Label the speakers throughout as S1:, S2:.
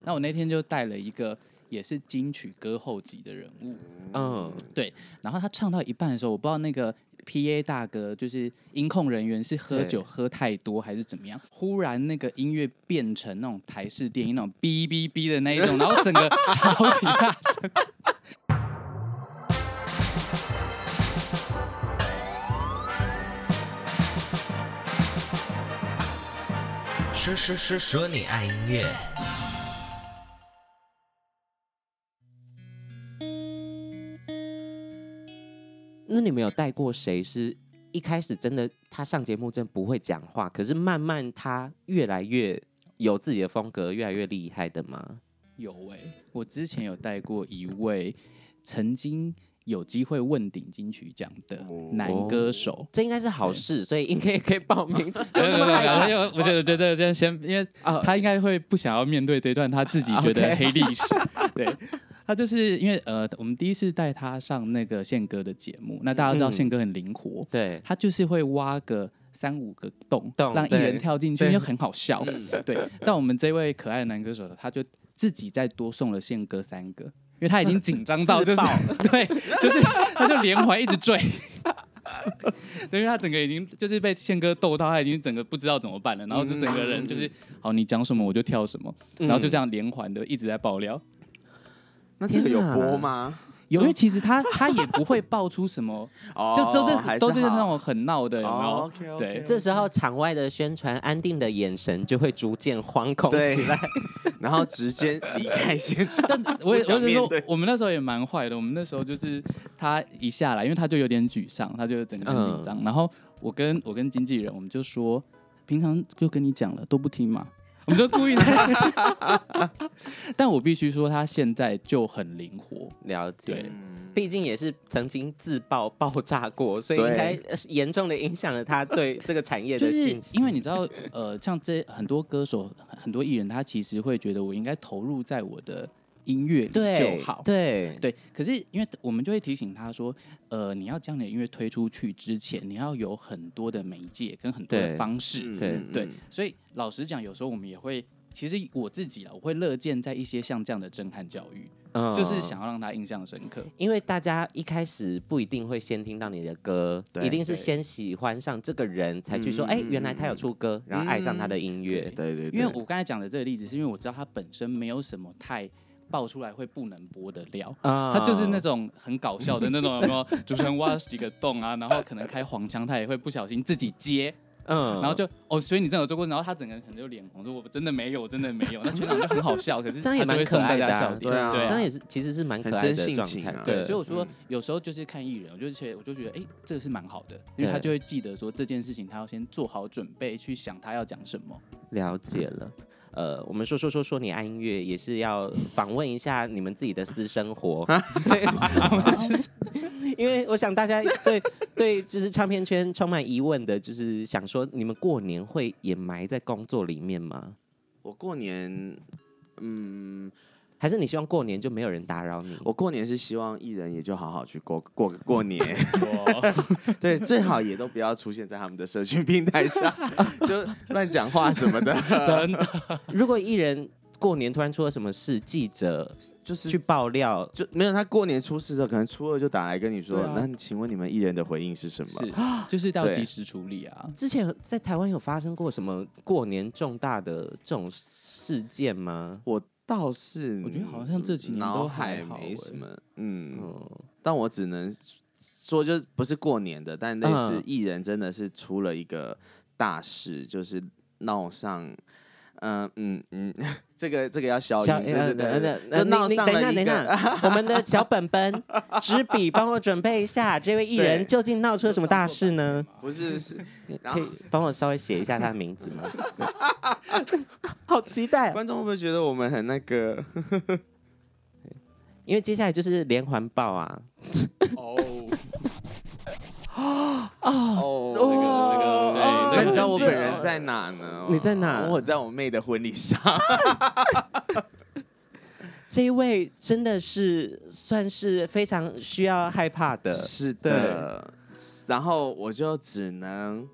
S1: 那我那天就带了一个也是金曲歌后级的人物，
S2: 嗯，
S1: 然后他唱到一半的时候，我不知道那个 P A 大哥就是音控人员是喝酒喝太多还是怎么样，忽然那个音乐变成那种台式电音那种哔哔哔的那一种，然后整个超级大声。
S3: 说说说说你爱音乐。
S2: 那你们有带过谁是一开始真的他上节目真不会讲话，可是慢慢他越来越有自己的风格，越来越厉害的吗？
S1: 有哎、我之前有带过一位曾经有机会问鼎金曲奖的男歌手。
S2: 这应该是好事，所以应该也可以报名。
S1: 没有没有没有，
S2: 害怕
S1: 因为我觉得觉得这样先，因为
S2: 哦
S1: 他应该会不想要面对这段他自己觉得
S2: OK
S1: 黑历史。对，他就是因为呃，我们第一次带他上那个宪哥的节目，那大家都知道
S2: 嗯
S1: 宪哥很灵活，
S2: 对，
S1: 他就是会挖个三五个洞，
S2: 洞
S1: 让艺人
S2: 对
S1: 跳进去，
S2: 对
S1: 因为很好笑。
S4: 嗯
S1: 对，但我们这位可爱的男歌手，他就自己再多送了宪哥三个，因为他已经紧张到就是对，就是他就连环一直追。对，因为他整个已经就是被宪哥逗到，他已经整个不知道怎么办了，然后就整个人
S4: 嗯
S1: 就是，好，你讲什么我就跳什么，然后就这样连环的一直在爆料。
S4: 那这个
S2: 天
S4: 有
S2: 哪
S4: 播吗？
S1: 因为其实他他也不会爆出什么，
S4: 哦
S1: 就都
S4: 还
S1: 是都是
S4: 好
S1: 那种很闹的，有没
S4: 哦
S1: 有？
S4: ，OK，OK，
S1: 对
S2: 这时候场外的宣传，安定的眼神就会逐渐惶恐
S4: 对
S2: 起来。
S4: 然后直接离开现场。
S1: 我也
S4: 不
S1: 我只
S4: 想
S1: 是
S4: 面
S1: 说
S4: 对，
S1: 我们那时候也蛮坏的。我们那时候就是他一下来，因为他就有点沮丧，他就整个很紧张。然后我跟我跟经纪人，我们就说，平常就跟你讲了都不听嘛，我们就故意在。 但我必须说，他现在就很灵活。
S2: 了解
S1: 对，
S2: 毕竟也是曾经自爆爆炸过，所以
S4: 对
S2: 应该呃严重的影响了他对这个产业
S1: 就
S2: 的
S1: 是
S2: 信心。
S1: 因为你知道，呃，像这很多歌手、很多艺人，他其实会觉得我应该投入在我的音乐里
S2: 对
S1: 就好。
S2: 对
S1: 对，可是因为我们就会提醒他说，呃，你要将你的音乐推出去之前，你要有很多的媒介跟很多的
S2: 对
S1: 方式。
S4: 嗯
S2: 对
S4: 嗯
S1: 对
S4: 嗯，
S1: 所以老实讲，有时候我们也会，其实我自己啊，我会乐见在一些像这样的震撼教育，
S2: 嗯
S1: 就是想要让他印象深刻。
S2: 因为大家一开始不一定会先听到你的歌，
S4: 对
S2: 一定是
S4: 对
S2: 先喜欢上这个人，才去说，
S4: 嗯
S2: 哎、
S4: 嗯
S2: 原来他有出歌，然后爱上他的音乐。
S4: 对对，对
S1: 因为我刚才讲的这个例子，是因为我知道他本身没有什么太爆出来会不能播的料。
S2: 啊
S1: 他就是那种很搞笑的那种，有没有？主持人挖几个洞啊，然后可能开黄腔，他也会不小心自己接，
S2: 嗯
S1: 然后就哦，所以你真的有做过，然后他整个人可能就脸红，说我真的没有，我真的没有。那全场就很好笑，可是
S2: 这样也
S1: 他就
S2: 蛮
S1: 会
S2: 可
S1: 送
S2: 爱
S1: 大
S2: 的
S1: 家
S2: 啊、
S1: 笑点，
S4: 对啊
S1: 对
S2: 这样也是其实是蛮可
S4: 很
S2: 爱
S4: 真
S2: 的
S4: 性
S2: 状
S4: 情
S2: 态
S4: 啊。
S1: 对，
S4: 对
S1: 所以我说
S4: 嗯
S1: 有时候就是看艺人，我就觉得我就觉得哎，这个是蛮好的，因
S2: 对
S1: 为他就会记得说这件事情，他要先做好准备，去想他要讲什 么。
S2: 了解了。呃，我们说说说说你爱音乐，也是要访问一下你们自己的私生活，
S4: 啊
S2: 对 因为我想大家对对就是唱片圈充满疑问的，就是想说你们过年会也埋在工作里面吗？
S4: 我过年，嗯，
S2: 还是你希望过年就没有人打扰你？
S4: 我过年是希望艺人也就好好去过过个过年，
S1: 哦
S4: 对，最好也都不要出现在他们的社群平台上， 就乱讲话什么的，
S1: 真的，
S2: 如果艺人过年突然出了什么事，记者
S4: 就是
S2: 去爆料，
S4: 就没有他过年出事的，可能初二就打来跟你说，
S1: 对啊
S4: 那请问你们艺人的回应是什 么？
S1: 是就是要
S4: 对
S1: 及时处理啊。
S2: 之前在台湾有发生过什么过年重大的这种事件吗？
S4: 我倒是，
S1: 我觉得好像这几年
S4: 脑
S1: 都
S4: 海
S1: 还好欸
S4: 没什么，嗯，
S2: 嗯。
S4: 但我只能说，就是不是过年的，但类似
S2: 嗯
S4: 艺人真的是出了一个大事，就是闹上，嗯嗯嗯， 这个这个要消音，
S2: 小
S4: 对
S2: 呃
S4: 对对对
S2: 呃
S4: 对，就
S2: 你
S4: 闹
S2: 你
S4: 上
S2: 等一
S4: 了
S2: 下，等
S4: 一
S2: 一
S4: 个，
S2: 下，我们的小本 本、纸笔，帮我准备一下，这位艺人
S4: 对
S2: 究竟闹出了什么大事呢？
S4: 不 是是，然
S2: 可
S4: 后
S2: 以帮我稍微写一下他的名 字吗？好期待哦，
S4: 观众会不会觉得我们很那个？
S2: 因为接下来就是连环报啊，
S1: 哦，
S4: 哦，
S1: 这个这个，
S2: 哦
S1: 对，
S4: 那
S1: 这个
S4: 你知道
S1: 很
S4: 我
S1: 紧
S4: 本
S1: 张
S4: 人在哪呢？哦
S2: 你在哪
S4: 我在我妹的婚礼上。
S2: 这一位真的是算是非常需要害怕的，
S4: 是的，然后我就只能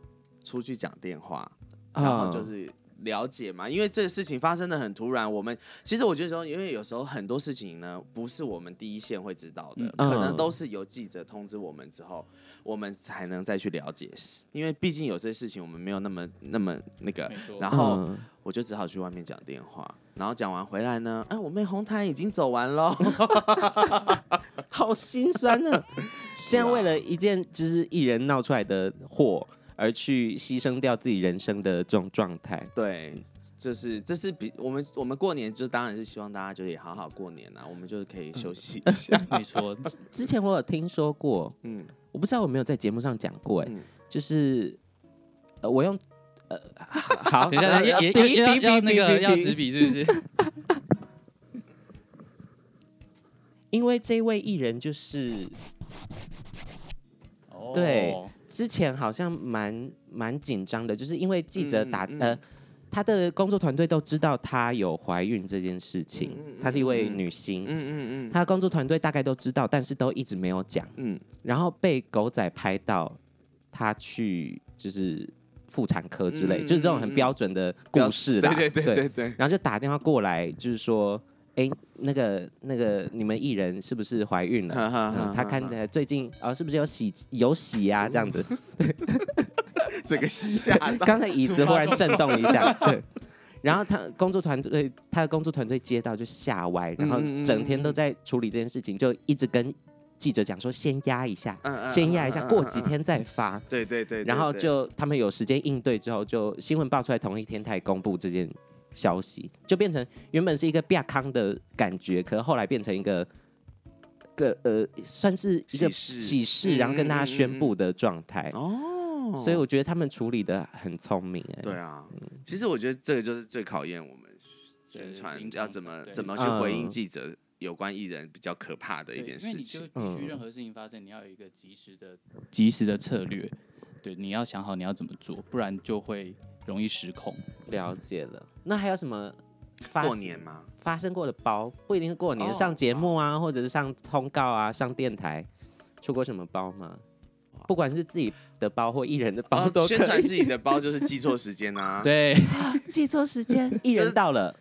S4: 出去讲电话，然后
S2: 嗯
S4: 就是了解嘛，因为这个事情发生的很突然。我们其实我觉得说，因为有时候很多事情呢，不是我们第一线会知道的，
S2: 嗯
S4: 可能
S2: 嗯
S4: 都是由记者通知我们之后，我们才能再去了解。因为毕竟有些事情我们没有那么那么那个
S1: 没错，
S4: 然后
S2: 嗯，
S4: 我就只好去外面讲电话，然后讲完回来呢，哎，我妹红毯已经走完了，
S2: 好心酸 啊！现在为了一件就是艺人闹出来的祸而去牺牲掉自己人生的这种状态，
S4: 对，就是这是比我们我们过年就当然是希望大家就也好好过年啦、啊我们就是可以休息一下，
S1: 没错，
S2: 之前我有听说过，
S4: 嗯，
S2: 我不知道我没有在节目上讲过、 哎、
S4: 嗯
S2: 就是、呃、我用呃 好，
S1: 等一下，也也
S2: 哔
S1: 也要
S2: 哔
S1: 要
S2: 哔
S1: 那
S2: 哔
S1: 个
S2: 哔
S1: 要
S2: 哔
S1: 纸笔是不是？
S2: 因为这位艺人就是 对
S1: 哦，
S2: 之前好像蛮蛮紧张的，就是因为记者
S4: 嗯
S2: 打、
S4: 嗯
S2: 呃，他的工作团队都知道她有怀孕这件事情，
S4: 嗯嗯嗯
S2: 她是一位
S4: 嗯
S2: 女星，
S4: 嗯嗯嗯
S2: 她的工作团队大概都知道，但是都一直没有讲，
S4: 嗯，
S2: 然后被狗仔拍到她去就是妇产科之类，
S4: 嗯嗯
S2: 就是这种
S4: 嗯
S2: 很
S4: 嗯
S2: 标准的故事啦，
S4: 对对对对对，
S2: 然后就打电话过来，就是说，哎，那个那个你们艺人是不是怀孕了？
S4: 哈哈哈
S2: 嗯，她看
S4: 哈
S2: 起来最近啊、呃是不是有喜有喜啊？这样子，
S4: 这 个吓到，
S2: 刚才椅子忽 然震动一下，对。然后他工作团队，他的工作团队接到就吓歪，然后
S4: 嗯嗯嗯
S2: 整天都在处理这件事情，就一直跟记者讲说先压一下，
S4: 嗯嗯
S2: 先压一下，
S4: 嗯嗯嗯
S2: 过几天再发。
S4: 对对对，对
S2: 然后
S4: 对
S2: 就他们有时间应对之后，就新闻爆出来同一天，他也公布这件消息，就变成原本是一个亚康的感觉，可是后来变成一个个呃，算是一个
S4: 喜事
S2: 喜事，
S4: 嗯
S2: 然后跟大家
S4: 嗯嗯
S2: 宣布的状态。
S4: 哦，
S2: 所以我觉得他们处理的很聪明、哎，
S4: 对啊，其实我觉得这个就是最考验我们宣传
S1: 对
S4: 要怎么
S1: 对
S4: 怎么去回应
S2: 嗯
S4: 记者有关艺人比较可怕的
S1: 对
S4: 一件
S1: 因为
S4: 事
S1: 你就
S4: 情。
S1: 必须
S2: 嗯
S1: 任何事情发生，你要有一个及时的、及时的策略。对，你要想好你要怎么做，不然就会容易失控。
S2: 了解了。那还有什么发
S4: 过年嘛，
S2: 发生过的包？不一定是过年，
S1: 哦
S2: 上节目啊，或者是上通告啊，上电台，出过什么包吗？不管是自己的包或艺人的 包
S4: 哦
S2: 都可
S4: 宣
S2: 以。
S4: 传自己的包就是记错时间 啊，
S1: 对，
S2: 记错时 间，艺人到了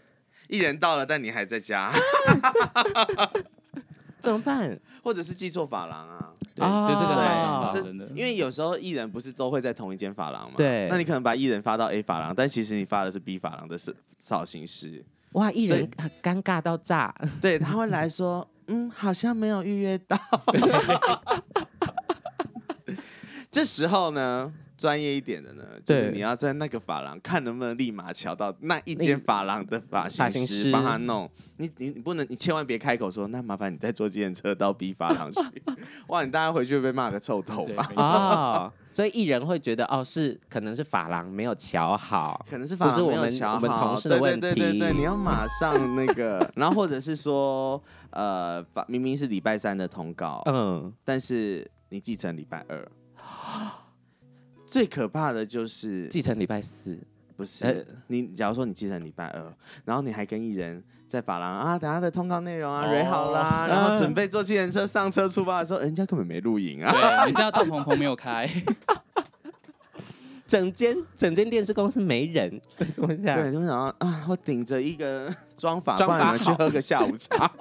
S4: 艺人到了但你还在家，
S2: 怎么办？
S4: 或者是记错发廊啊，
S1: 对，就这个很常
S2: 哦
S1: 发
S4: 这
S1: 生啊的。
S4: 因为有时候艺人不是都会在同一间发廊嘛，
S2: 对
S4: 那你可能把艺人发到 A 发廊，但其实你发的是 B 发廊的是造型师，
S2: 哇，艺
S4: 所
S2: 人
S4: 以
S2: 啊尴尬到炸，
S4: 对他会来说，嗯，好像没有预约到。 这时候呢，专业一点的呢，就是
S2: 对
S4: 你要在那个发廊看能不能立马瞧到那一间发廊的发型
S2: 发型
S4: 师
S2: 师
S4: 帮他弄。你你你不能，你千万别开口说，那麻烦你再坐计程车到 B 发廊去。哇，你大家回去会被骂个臭头
S1: 对，
S4: 吧？
S1: 没错，
S2: 哦，所以艺人会觉得哦，是可能是发廊没有瞧好，
S4: 可能是发廊
S2: 不是我
S4: 没有
S2: 们
S4: 瞧好
S2: 我们同事的问题
S4: 对对对对对，你要马上那个，然后或者是说，呃，发明明是礼拜三的通告，
S2: 嗯，
S4: 但是你继承礼拜二。最可怕的就是
S2: 继承礼拜四，
S4: 不
S2: 呃
S4: 是你，假如说你继承礼拜二，然后你还跟艺人在法郎啊，等下的通告内容啊，
S1: 哦
S4: 蕊 好啦，然后
S2: 嗯
S4: 准备坐计程车上车出发的时候，人家根本没录影啊。
S1: 对，人家大鹏鹏没有开，
S2: 整间整间电视公司没人， 怎么讲？
S4: 对，就想到啊，我顶着一个妆法，
S2: 妆
S4: 帮你
S2: 法
S4: 们去喝个下午茶。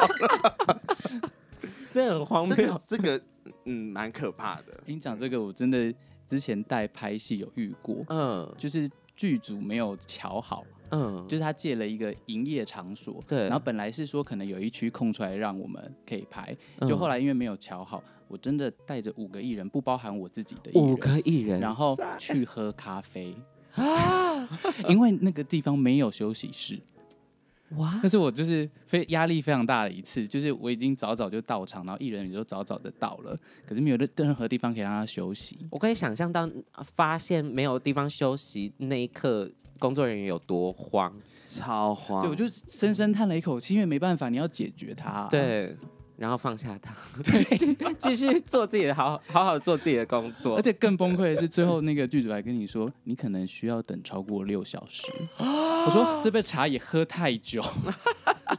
S2: 这很荒
S4: 这
S2: 谬
S4: 个。这个，嗯，蛮可怕的。
S1: 你讲这个，我真的之前带拍戏有遇过，
S2: 嗯
S1: 就是剧组没有瞧好，
S2: 嗯，
S1: 就是他借了一个营业场所，
S2: 对
S1: 然后本来是说可能有一区空出来让我们可以拍，
S2: 嗯
S1: 就后来因为没有瞧好，我真的带着五个艺人，不包含我自己的艺人
S2: 五个艺人，
S1: 然后去喝咖啡
S4: 啊
S1: 因为那个地方没有休息室。
S2: 哇
S1: 但是我就是非压力非常大的一次，就是我已经早早就到场，然后艺人也都早早的到了，可是没有任任何地方可以让他休息。
S2: 我可以想象到呃发现没有地方休息那一刻，工作人员有多慌。
S4: 超慌
S1: 对，我就深深叹了一口气，因为没办法，你要解决他。，
S2: 对，然后放下他，继 继续做自己的好好好做自己的工作
S1: 而。且更崩溃的是，最后那个剧组来跟你说，你可能需要等超过六小时。
S4: 啊
S1: 我说这杯茶也喝太久，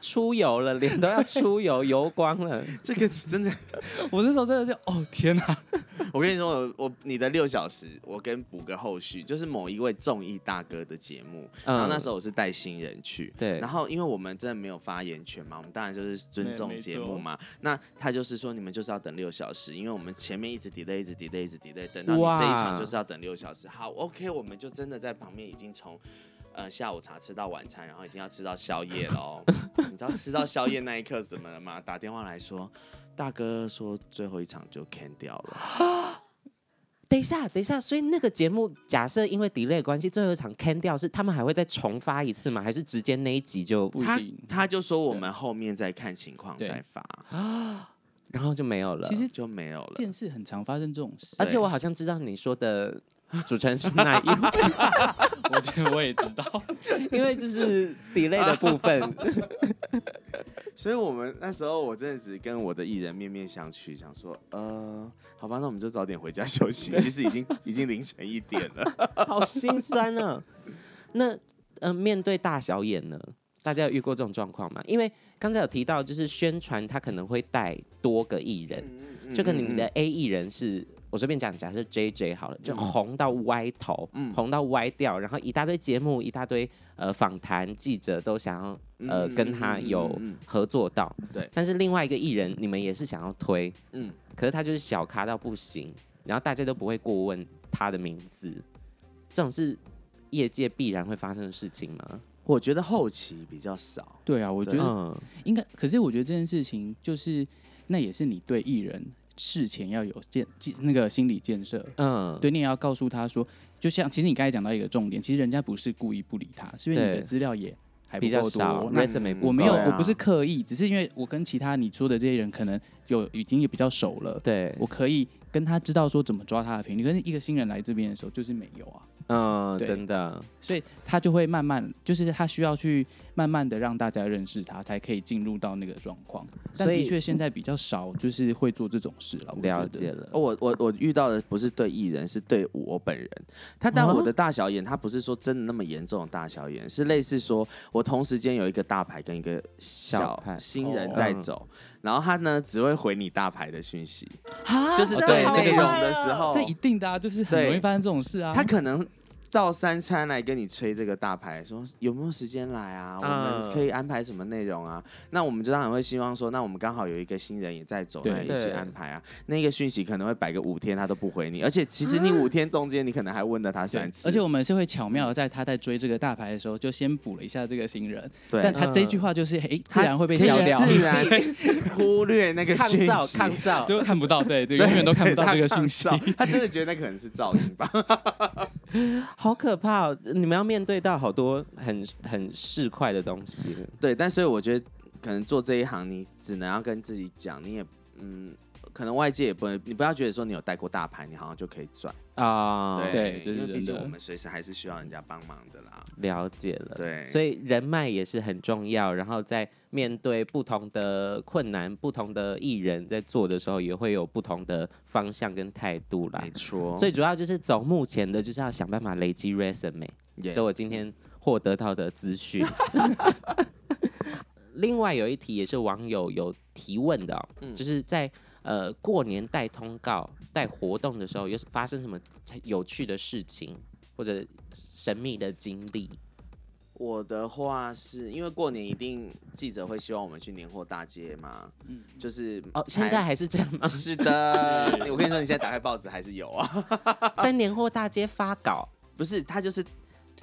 S2: 出游了，脸 都要出油油光了。
S4: 这个真的，
S1: 我那时候真的就哦天哪、
S4: 我跟你说，我我你的六小时，我跟补个后续，就是某一位综艺大哥的节目，然后那时
S2: 候
S4: 候我是带新人去，
S2: 嗯对
S4: 然后因为我们真的没有发言权嘛，我们当然就是尊重节目嘛。那他就是说，你们就是要等六小时，因为我们前面一直 delay，一直 delay，一直 delay，等到你
S2: 哇
S4: 这一场就是要等六小时。好，OK，我们就真的在旁边已经从。呃，下午茶吃到晚餐，然后已经要吃到宵夜了哦。你知道吃到宵夜那一刻怎么了吗？打电话来说，大哥说最后一场就 can 掉了。
S2: 等一下，等一下，所以那个节目假设因为 delay 的关系，最后一场 can 掉是他们还会再重发一次吗？还是直接那一集就
S1: 不一
S4: 他
S1: 定。
S4: 他就说我们后面再看情况
S1: 对
S4: 再发，
S2: 然后就没有了？
S1: 其实
S4: 就没有了。
S1: 电视很常发生这种事，
S2: 而且我好像知道你说的主持人是哪 一位。
S1: 我觉得我也知道，
S2: 因为就是 delay 的部分，
S4: 所以我们那时候我真的只跟我的艺人面面相觑，想说，呃，好吧，那我们就早点回家休息。其实已经 已经凌晨一点 了。
S2: 好心酸啊。那呃，面对大小眼呢，大家有遇过这种状况吗？因为刚才有提到，就是宣传他可能会带多个艺人，
S4: 嗯
S2: 就可能你的 A 艺人是。我随便讲，假设 J J 好了，就红到歪头，
S4: 嗯
S2: 红到歪掉，然后一大堆节目，一大堆呃访谈，记者都想要呃
S4: 嗯
S2: 跟他有
S4: 嗯嗯嗯
S2: 合作到。
S4: 对
S2: 但是另外一个艺人，你们也是想要推，
S4: 嗯，嗯
S2: 可是他就是小咖到不行，然后大家都不会过问他的名字，这种是业界必然会发生的事情吗？
S4: 我觉得后期比较少，
S1: 对啊，我觉得
S2: 嗯，
S1: 应该。可是我觉得这件事情就是，那也是你对艺人事前要有建建那个心理建设，
S2: 嗯，
S1: 对，你也要告诉他说，就像其实你刚才讲到一个重点，其实人家不是故意不理他，是因为你的
S2: 对
S1: 资料也还不
S2: 比较
S1: 够
S2: 少
S1: 多。那
S2: ，resume
S1: 我没有，
S4: 对啊
S1: 我不是刻意，只是因为我跟其他你说的这些人可能有已经也比较熟了，
S2: 对，
S1: 我可以跟他知道说怎么抓他的频率。可是一个新人来这边的时候就是没有啊，
S2: 嗯，
S1: 对
S2: 真的，
S1: 所以他就会慢慢，就是他需要去慢慢的让大家认识他，才可以进入到那个状况。但
S2: 所以
S1: 的确现在比较少，就是会做这种事了。我觉
S2: 了
S1: 得哦
S2: 解了，
S4: 我哦我我遇到的不是对艺人，是对我本人。嗯他但我的大小眼，他不是说真的那么严重的大小眼，是类似说我同时间有一个大牌跟一个
S2: 小
S4: 小
S2: 牌
S4: 新人在
S2: 哦
S4: 走，然后他呢只会回你大牌的讯息，就是
S1: 这
S4: 对
S1: 好
S4: 内
S1: 厉
S4: 容
S1: 害
S4: 的时候，
S1: 这一定的、啊，就是很
S4: 对
S1: 容易发生这种事啊。
S4: 他可能照三餐来跟你吹这个大牌，说有没有时间来啊？我
S2: 嗯
S4: 们可以安排什么内容啊？那我们就当然会希望说，那我们刚好有一个新人也在走，
S1: 对
S4: 那一起
S2: 对
S4: 安排啊。那个讯息可能会摆个五天，他都不回 你，而且其实你五天中间，你可能还问了他
S1: 对
S4: 三次，
S1: 而且我们是会巧妙的在他在追这个大牌的时候，就先补了一下这个新人，
S4: 对，
S1: 但他这句话就是，诶，嗯自然会被
S4: 他
S1: 消掉，
S4: 自然忽略那个
S2: 抗
S4: 讯
S2: 造
S4: 息。
S2: 抗 造，
S1: 就看不到，对对，
S4: 对
S1: 永远都看不到这个讯息
S4: 他。抗造他真的觉得那可能是噪音吧？
S2: 好可怕、哦！你们要面对到好多很很市侩的东西，
S4: 对，但所以我觉得可能做这一行，你只能要跟自己讲，你也嗯，可能外界也不能，你不要觉得说你有带过大牌，你好像就可以赚。
S2: 啊、
S1: 对这是
S4: 因为
S1: 真
S4: 毕竟
S1: 的
S4: 我们随时还是需要人家帮忙的啦。
S2: 了解了，
S4: 对
S2: 呃所以人脉也是很重要。然后在面对不同的困难、不同的艺人，在做的时候也会有不同的方向跟态度啦
S4: 没。错，
S2: 最主要就是走目前的，就是要想办法累积 resume。
S4: 也
S2: 这我今天获得到的资 讯。另外有一题也是网友有提问的、哦，
S4: 嗯
S2: 就是在呃过年带通告、带活动的时候，有发生什么有趣的事情或者神秘的经历？
S4: 我的话是因为过年一定记者会希望我们去年货大街嘛，嗯，就是
S2: 哦，
S4: 才？
S2: 现在。还是这样吗
S4: 是的，我跟你说，你现在打开报纸还是有啊，
S2: 在年货大街发稿，
S4: 不是，他就是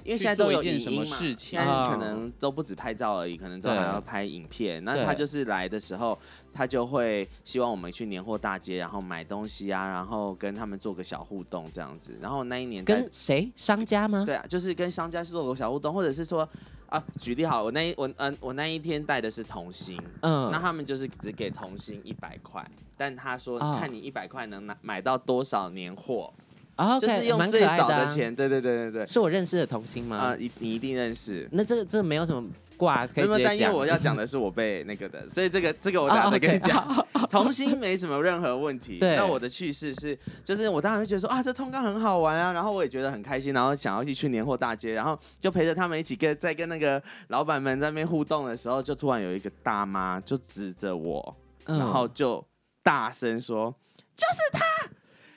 S4: 因为
S1: 去
S4: 现在都
S1: 做一
S4: 有
S1: 件
S4: 影
S1: 什么
S4: 音嘛
S1: 事情
S4: 现在
S2: 啊
S4: 可能都不止拍照而已，可能都
S2: 对
S4: 还要拍影片。那
S2: 对
S4: 他就是来的时候，他就会希望我们去年货大街，然后买东西啊，然后跟他们做个小互动这样子。然后那一年在
S2: 跟啊谁商家吗？
S4: 对啊，就是跟商家去做个小互动，或者是说啊，举例好，我那一我嗯、我那一天带的是童星，那
S2: 嗯，
S4: 他们就是只给童星一百块，但他说、
S2: 啊
S4: 看你一百块能拿买到多少年货
S2: 啊
S4: 就是用最少的，钱，对对对对对
S2: 啊，是我认识的童星吗？
S4: 啊，一你一定认识。
S2: 那这这没有什么挂嗯可
S4: 没
S2: 以
S4: 有没
S2: 直
S4: 有，但
S2: 接
S4: 因为
S2: 讲。
S4: 我要讲的是我被那个的，所以这个这个我打
S2: 哦
S4: 算跟你
S2: ，OK，
S4: 讲， 童心没什么任何问题。
S2: 对
S4: 那我的趣事是，就是我当然会觉得说啊，这通告很好玩啊，然后我也觉得很开心，然后想要去去年货大街，然后就陪着他们一起跟在跟那个老板们在那边互动的时候，就突然有一个大妈就指着我，
S2: 嗯
S4: 然后就大声说：“就是他，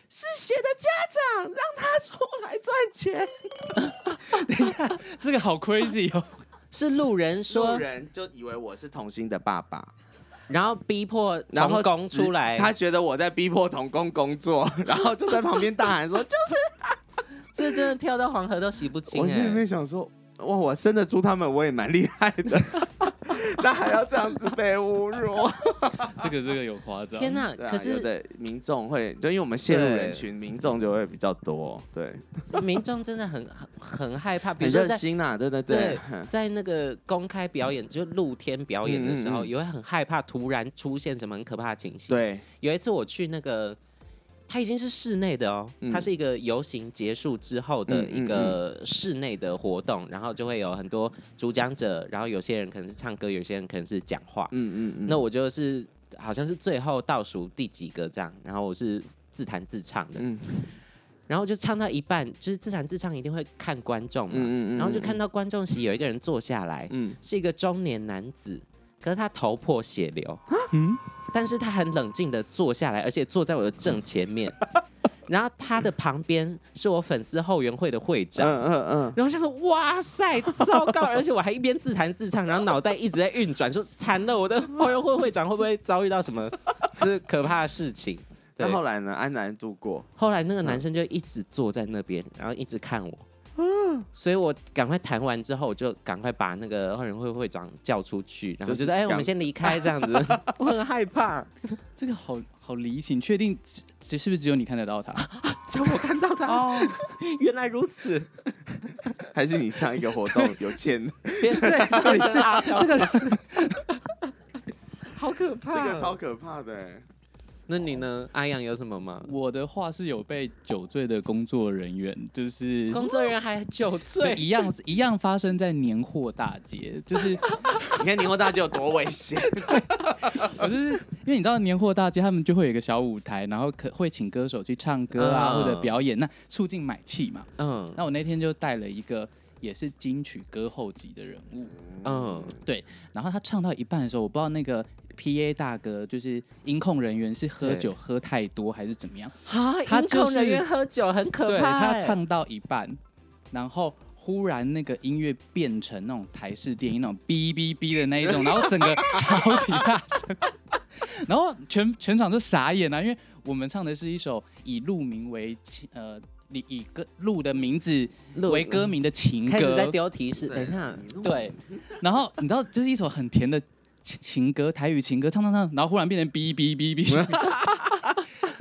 S4: 是谁的家长让他出来赚钱？
S1: 这个好 crazy 哦，
S2: 是路人
S4: 路
S2: 说，
S4: 人就以为我是童星的爸爸，
S2: 然后逼迫
S4: 然后
S2: 童工
S4: 只
S2: 出来，
S4: 他觉得我在逼迫童工工作， 然后就在旁边 大喊说：“就是
S2: 这真的跳到黄河都洗不！”清、
S4: 我心里
S2: 欸
S4: 面。想说。哇！我生得出他们，我也蛮厉害的， 那还要这样子被侮辱？
S1: 这个这个有夸张。
S2: 天哪！
S4: 对啊，
S2: 可
S4: 有
S2: 是
S4: 的民众会，就因为我们陷入
S2: 对
S4: 人群，民众就会比较多，对，
S2: 民众真的很很很害怕，比
S4: 很
S2: 如说
S4: 热
S2: 在
S4: 心呐，对对
S2: 对
S4: 对，
S2: 在那个公开表演，就露天表演的时候，
S4: 嗯嗯嗯
S2: 也会很害怕突然出现什么很可怕的情形。
S4: 对，
S2: 有一次我去那个，它已经是室内的哦，
S4: 嗯
S2: 它是一个游行结束之后的
S4: 嗯嗯
S2: 一个室内的活动，然后就会有很多主讲者，然后有些人可能是唱歌，有些人可能是讲话。
S4: 嗯嗯嗯，
S2: 那我就是好像是最后倒数第几个这样，然后我是自弹自唱的，
S4: 嗯
S2: 然后就唱到一半，就是自弹自唱一定会看观众嘛，
S4: 嗯嗯嗯，
S2: 然后就看
S4: 嗯
S2: 到观众席有一个人坐下来，
S4: 嗯
S2: 是一个中年男子，可是他头破血流，但是他很冷静的坐下来，而且坐在我的正前面，然后他的旁边是我粉丝后援会的会长。
S4: 嗯嗯嗯，
S2: 然后想说，哇塞，糟糕！而且我还一边自弹自唱，然后脑袋一直在运转，说惨了，我的后援会会长会不会遭遇到什么就是可怕的事情？对
S4: 那后来呢？安然度过，
S2: 后来那个男生就一直坐在那边，然后一直看我。所以我赶快谈完之后，我就赶快把那个后援会会长叫出去，然后
S4: 就是
S2: 就是哎、我
S4: 赶
S2: 们先离开这样子，我很害怕。
S1: 这个好好离奇，你确定只只是不是只有你看得到他？
S2: 结果我看到他，
S4: 哦，
S2: 原来如此，
S4: 还是你上一个活动有 欠
S2: 别这到底是 阿这个是，好可
S4: 这
S2: 怕、
S4: 个超可怕的欸，
S2: 那你呢？阿阳有什么吗？
S1: 我的话是有被酒醉的工作人员，就是
S2: 工作人员还酒
S1: 对
S2: 醉，
S1: 一样一样发生在年货大街， 就是
S4: 你看年后大就有多危险，
S1: 我就是因为你知道年货大街，他们就会有一个小舞台，然后可会请歌手去唱歌啊、
S2: 嗯
S1: 或者表演，那促进买气嘛。
S2: 嗯
S1: 那我那天就带了一个也是金曲歌后级的人物，
S2: 嗯，
S1: 然后他唱到一半的时候，我不知道那个 P A 大哥就是音控人员是喝
S2: 对
S1: 酒喝太多还是怎么样，
S2: 啊，
S1: 他
S2: 音
S1: 就
S2: 控
S1: 是
S2: 人员喝酒很可
S1: 对
S2: 怕、
S1: 他
S4: 欸
S2: 哎
S1: 唱到一半，然后。忽然，那个音乐变成那种台式电音那种哔哔哔的那一种，然后整个超级大声， 然后全全场就傻眼啊了、因为我们唱的是一首以鹿名为情呃，以以歌鹿的名字
S2: 录嗯
S1: 为歌名的情歌，
S2: 开始在丢提示，等一下，
S1: 对，然后你知道，就是一首很甜的情情歌，台语情歌，唱唱唱，然后忽然变成哔哔哔哔，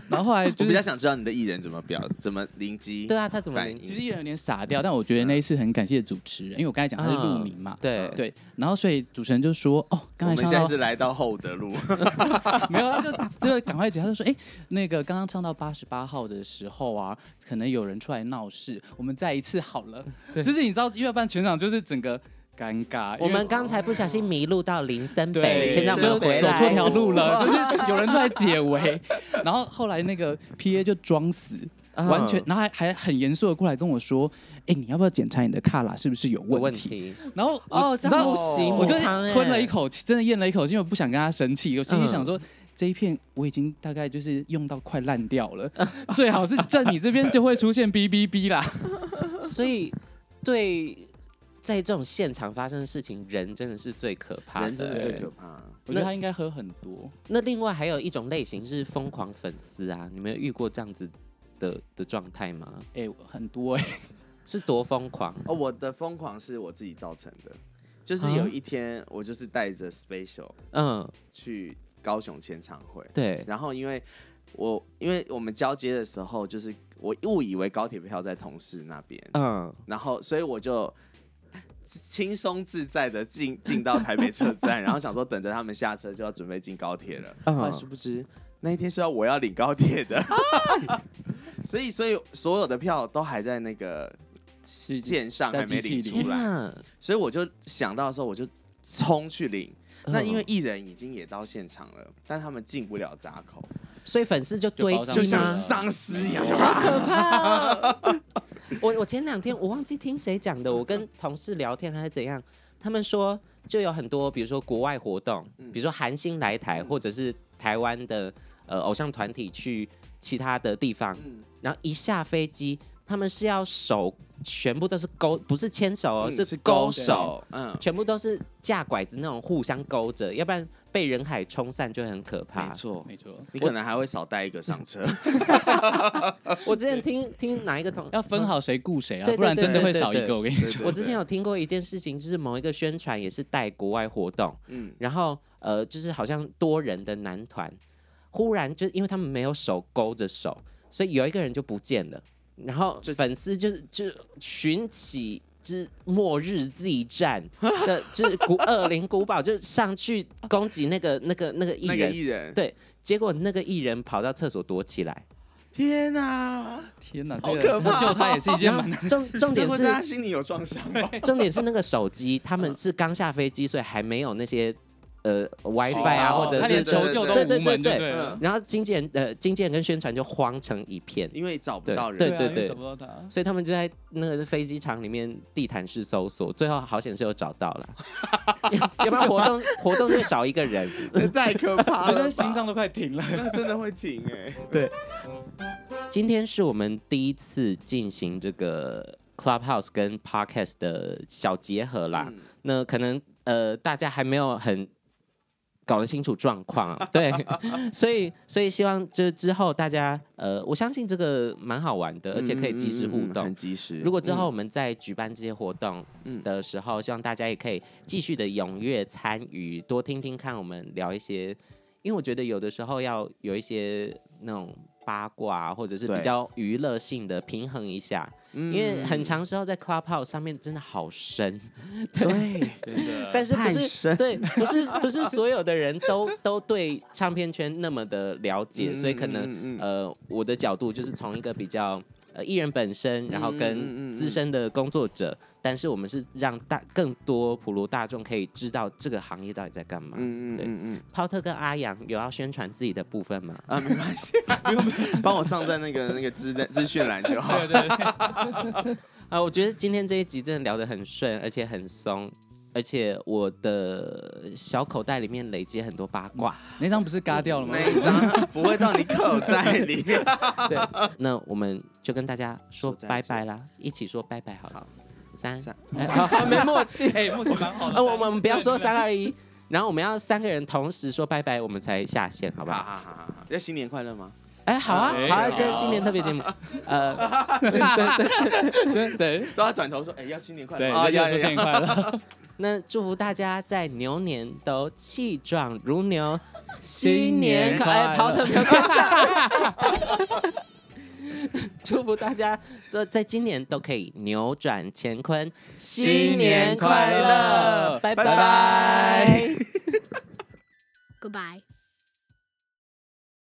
S1: 然后后来
S4: 我
S1: 就
S4: 比较
S1: 是。
S4: 想知道你的艺人怎么表，怎么灵机，
S2: 对啊，他怎么
S4: 反
S2: 能
S4: 应
S1: 其实艺人有点傻掉，但我觉得那一次很感谢主持人，因为我刚才讲他是路名嘛，
S2: 对
S1: 对然后所以主持人就说：“哦，
S4: 我
S1: 刚
S4: 们
S1: 才
S4: 现
S1: 唱
S4: 在
S1: 到
S4: 是来到厚 德路，
S1: 没有，他就就赶快解，他就说：‘哎、那个刚刚唱到八十八号的时候啊，可能有人出来闹事，我们再一次好了。’就是你知道，乐伴全场就是整个尴尬，因
S2: 我
S1: 为
S2: 们刚才不小心迷路到林森北，
S1: 对，
S2: 先让我们
S1: 就
S2: 回
S1: 走错
S2: 来。
S1: 条路 了，就是有人出来解围，然后后来那个 P A 就装死，
S2: 嗯
S1: 完全，然后还还很严肃的过来跟我说，哎，你要不要检查你的卡拉是不是有
S2: 有问
S1: 问题？
S2: 题。
S1: 然后我
S2: 哦，
S1: 你
S2: 这
S1: 知
S2: 样
S1: 道
S2: 不行，
S1: 我就
S2: 母汤嗯哎
S1: 吞了一，口气，真的咽了一口气，因为我不想跟他生气，我心里想说。这一片我已经大概就是用到快烂掉了，
S2: 嗯
S1: 最好是在你这边就会出现哔哔哔 啦。
S2: 所以对，在这种现场发生的事情，人真的是最可怕的。
S4: 人真的最
S1: 对
S4: 可怕。
S1: 我觉得他应该喝很多，
S2: 那另外还有一种类型是疯狂粉丝啊，你们有遇过这样子的的状态吗？
S1: 哎、很多哎、
S2: 是多疯狂？
S4: 哦，我的疯狂是我自己造成的，就是有一天我就是带着 Special
S2: 嗯，
S4: 去高雄签唱会，
S2: 对，
S4: 然后因为我因为我们交接的时候，就是我误以为高铁票在同事那边，
S2: 嗯，
S4: 然后所以我就轻松自在的进进到台北车站，然后想说等着他们下车就要准备进高铁了，
S2: 嗯
S4: 后来殊不知那一天是要我要领高铁的， 所以所以所有的票都还在那个线上
S1: 在
S4: 还没
S1: 机器
S4: 领
S1: 里
S2: 天
S4: 出来，
S2: 哪！
S4: 所以我就想到的时候我就冲去领。那因为
S2: 嗯
S4: 艺人已经也到现场了，但他们进不了闸口，
S2: 所以粉丝就堆
S1: 就包上
S2: 积
S4: 就
S1: 去
S4: 像
S1: 了
S2: 吗？
S4: 丧尸一样，
S2: 好可怕哦、我我前两天我忘记听谁讲的，我跟同事聊天还是怎样，他们说就有很多，比如说国外
S4: 嗯
S2: 活动，比如说韩星来台，或者是台湾的呃偶像团体去其他的地方，
S4: 嗯
S2: 然后一下飞机，他们是要手全部都是勾，不是牵手哦，
S4: 嗯
S2: 是
S4: 是
S2: 勾
S4: 勾
S2: 手，
S4: 手，嗯，
S2: 全部都是架拐子那种互相勾着，要不然被人海冲散就很可怕
S4: 没。错，
S1: 没错，
S4: 你可能还会少带一个上车，
S2: 我之前听听哪一个同
S1: 要分好谁雇谁啊，
S2: 对对
S1: 不然
S2: 对
S1: 真的
S2: 对
S1: 会
S2: 对
S1: 少一
S2: 对
S1: 个。我跟你
S4: 对
S1: 说，
S4: 对
S2: 我之前
S4: 对
S2: 有听过一件事情，就是某一个宣传也是带国外活动，
S4: 嗯，
S2: 然后呃，就是好像多人的男团，忽然就因为他们没有手勾着手，所以有一个人就不见了，然后粉丝就是就群起。之末日 Z 战的，就是 古恶灵古堡，就上去攻击那个那个那个艺
S4: 那个
S2: 人，
S4: 艺人，
S2: 结果那个艺人跑到厕所躲起来。
S4: 天哪，
S1: 天哪，
S4: 好
S1: 这个
S4: 可怕
S1: 要救他也是一件蛮难。
S2: 重重
S4: 这
S2: 点
S4: 会
S2: 是
S4: 在他心里有创伤吧？
S2: 重点是那个手机，他们是刚下飞机，所以还没有那些呃 WiFi 啊，
S4: 哦
S2: 或者
S1: 他
S2: 是
S1: 连求救都
S2: 对对
S1: 无门，
S2: 对对
S1: 不对
S4: 嗯
S1: 了？
S2: 然后经纪人呃，经纪人跟宣传就慌成一片，
S4: 因为找不到人，
S2: 对
S1: 啊
S2: 对
S1: 因为
S2: 对
S1: 找不到他。
S2: 所以他们就在那个飞机场里面地毯式搜索，最后好险是有找到 了，要不然活动活动就少一个人。
S4: 这 太可怕
S1: 我
S4: 了
S1: 的
S4: 吧，
S1: 心脏都快停了。
S4: 那真的会停 哎，
S2: 今天是我们第一次进行这个 Clubhouse 跟 Podcast 的小结合啦，
S4: 嗯
S2: 那可能呃大家还没有很。搞得清楚状况 啊，对，所以所以希望就是之后大家呃，我相信这个蛮好玩的，而且可以及时互
S4: 嗯嗯嗯
S2: 动
S4: 很。及时。
S2: 如果之后我们在举办这些活动
S4: 嗯
S2: 的时候，希望大家也可以继续的踊跃参与，多听听看我们聊一些，因为我觉得有的时候要有一些那种八卦啊或者是比
S4: 对
S2: 较娱乐性的平衡一下，
S4: 嗯，
S2: 因
S4: 因
S2: 为很长时候在 Clubhouse 上面真的好深，
S4: 对，
S1: 真的
S2: 但是不
S4: 太
S2: 是
S4: 深
S2: 对，不是不 是所有的人都都对唱片圈那么的了解，所以可能
S4: 能
S2: 呃，我的角度就是从一个比较呃艺人本身，然后
S4: 嗯嗯
S2: 跟
S4: 嗯
S2: 资深的工作者，但是我们是让大更多普罗大众可以知道这个行业到底在干嘛。
S4: 嗯嗯
S2: 呃对
S4: 嗯 嗯
S2: 涛特跟阿阳有要宣传自己的部分吗？
S4: 啊，没关系，帮我上在那个那个资资讯栏就 好。
S1: 对对对，
S2: 啊、我觉得今天这一集真的聊得很顺，而且很松，而且我的小口袋里面累积很多八卦。
S1: 那张不是嘎掉了 吗
S4: 那？一张不会到你口袋里。
S2: 对， 那我们就跟大家说
S4: 嗯说再
S2: 拜
S4: 见
S2: 拜啦，一起说拜拜好了。三，
S4: 三
S2: 哎好，没默契。
S1: 哎，默契蛮好的。
S2: 呃，我们我们不要 说
S1: 对
S2: 三。二一，然后我们要三个人同时说拜拜，我们才下线，好不好？
S4: 好好好好好， 要新年快乐吗？
S2: 哎，好啊，
S1: 哎
S2: 好啊，
S1: 好
S2: 今天新年特别节目， 呃，对对
S1: 真对
S4: 都要转头说，哎，要新年快
S1: 对，
S4: 乐
S1: 大家
S4: 啊！要
S1: 说
S4: 要
S1: 新年
S4: 要！
S1: 快乐，
S2: 那祝福大家在牛年都气壮如牛，
S1: 新年快乐
S2: 哎，跑得没有跟上。 祝福大家都在今年都可以扭转乾坤， 新年快乐，拜
S4: 拜拜
S2: 拜
S5: Goodbye.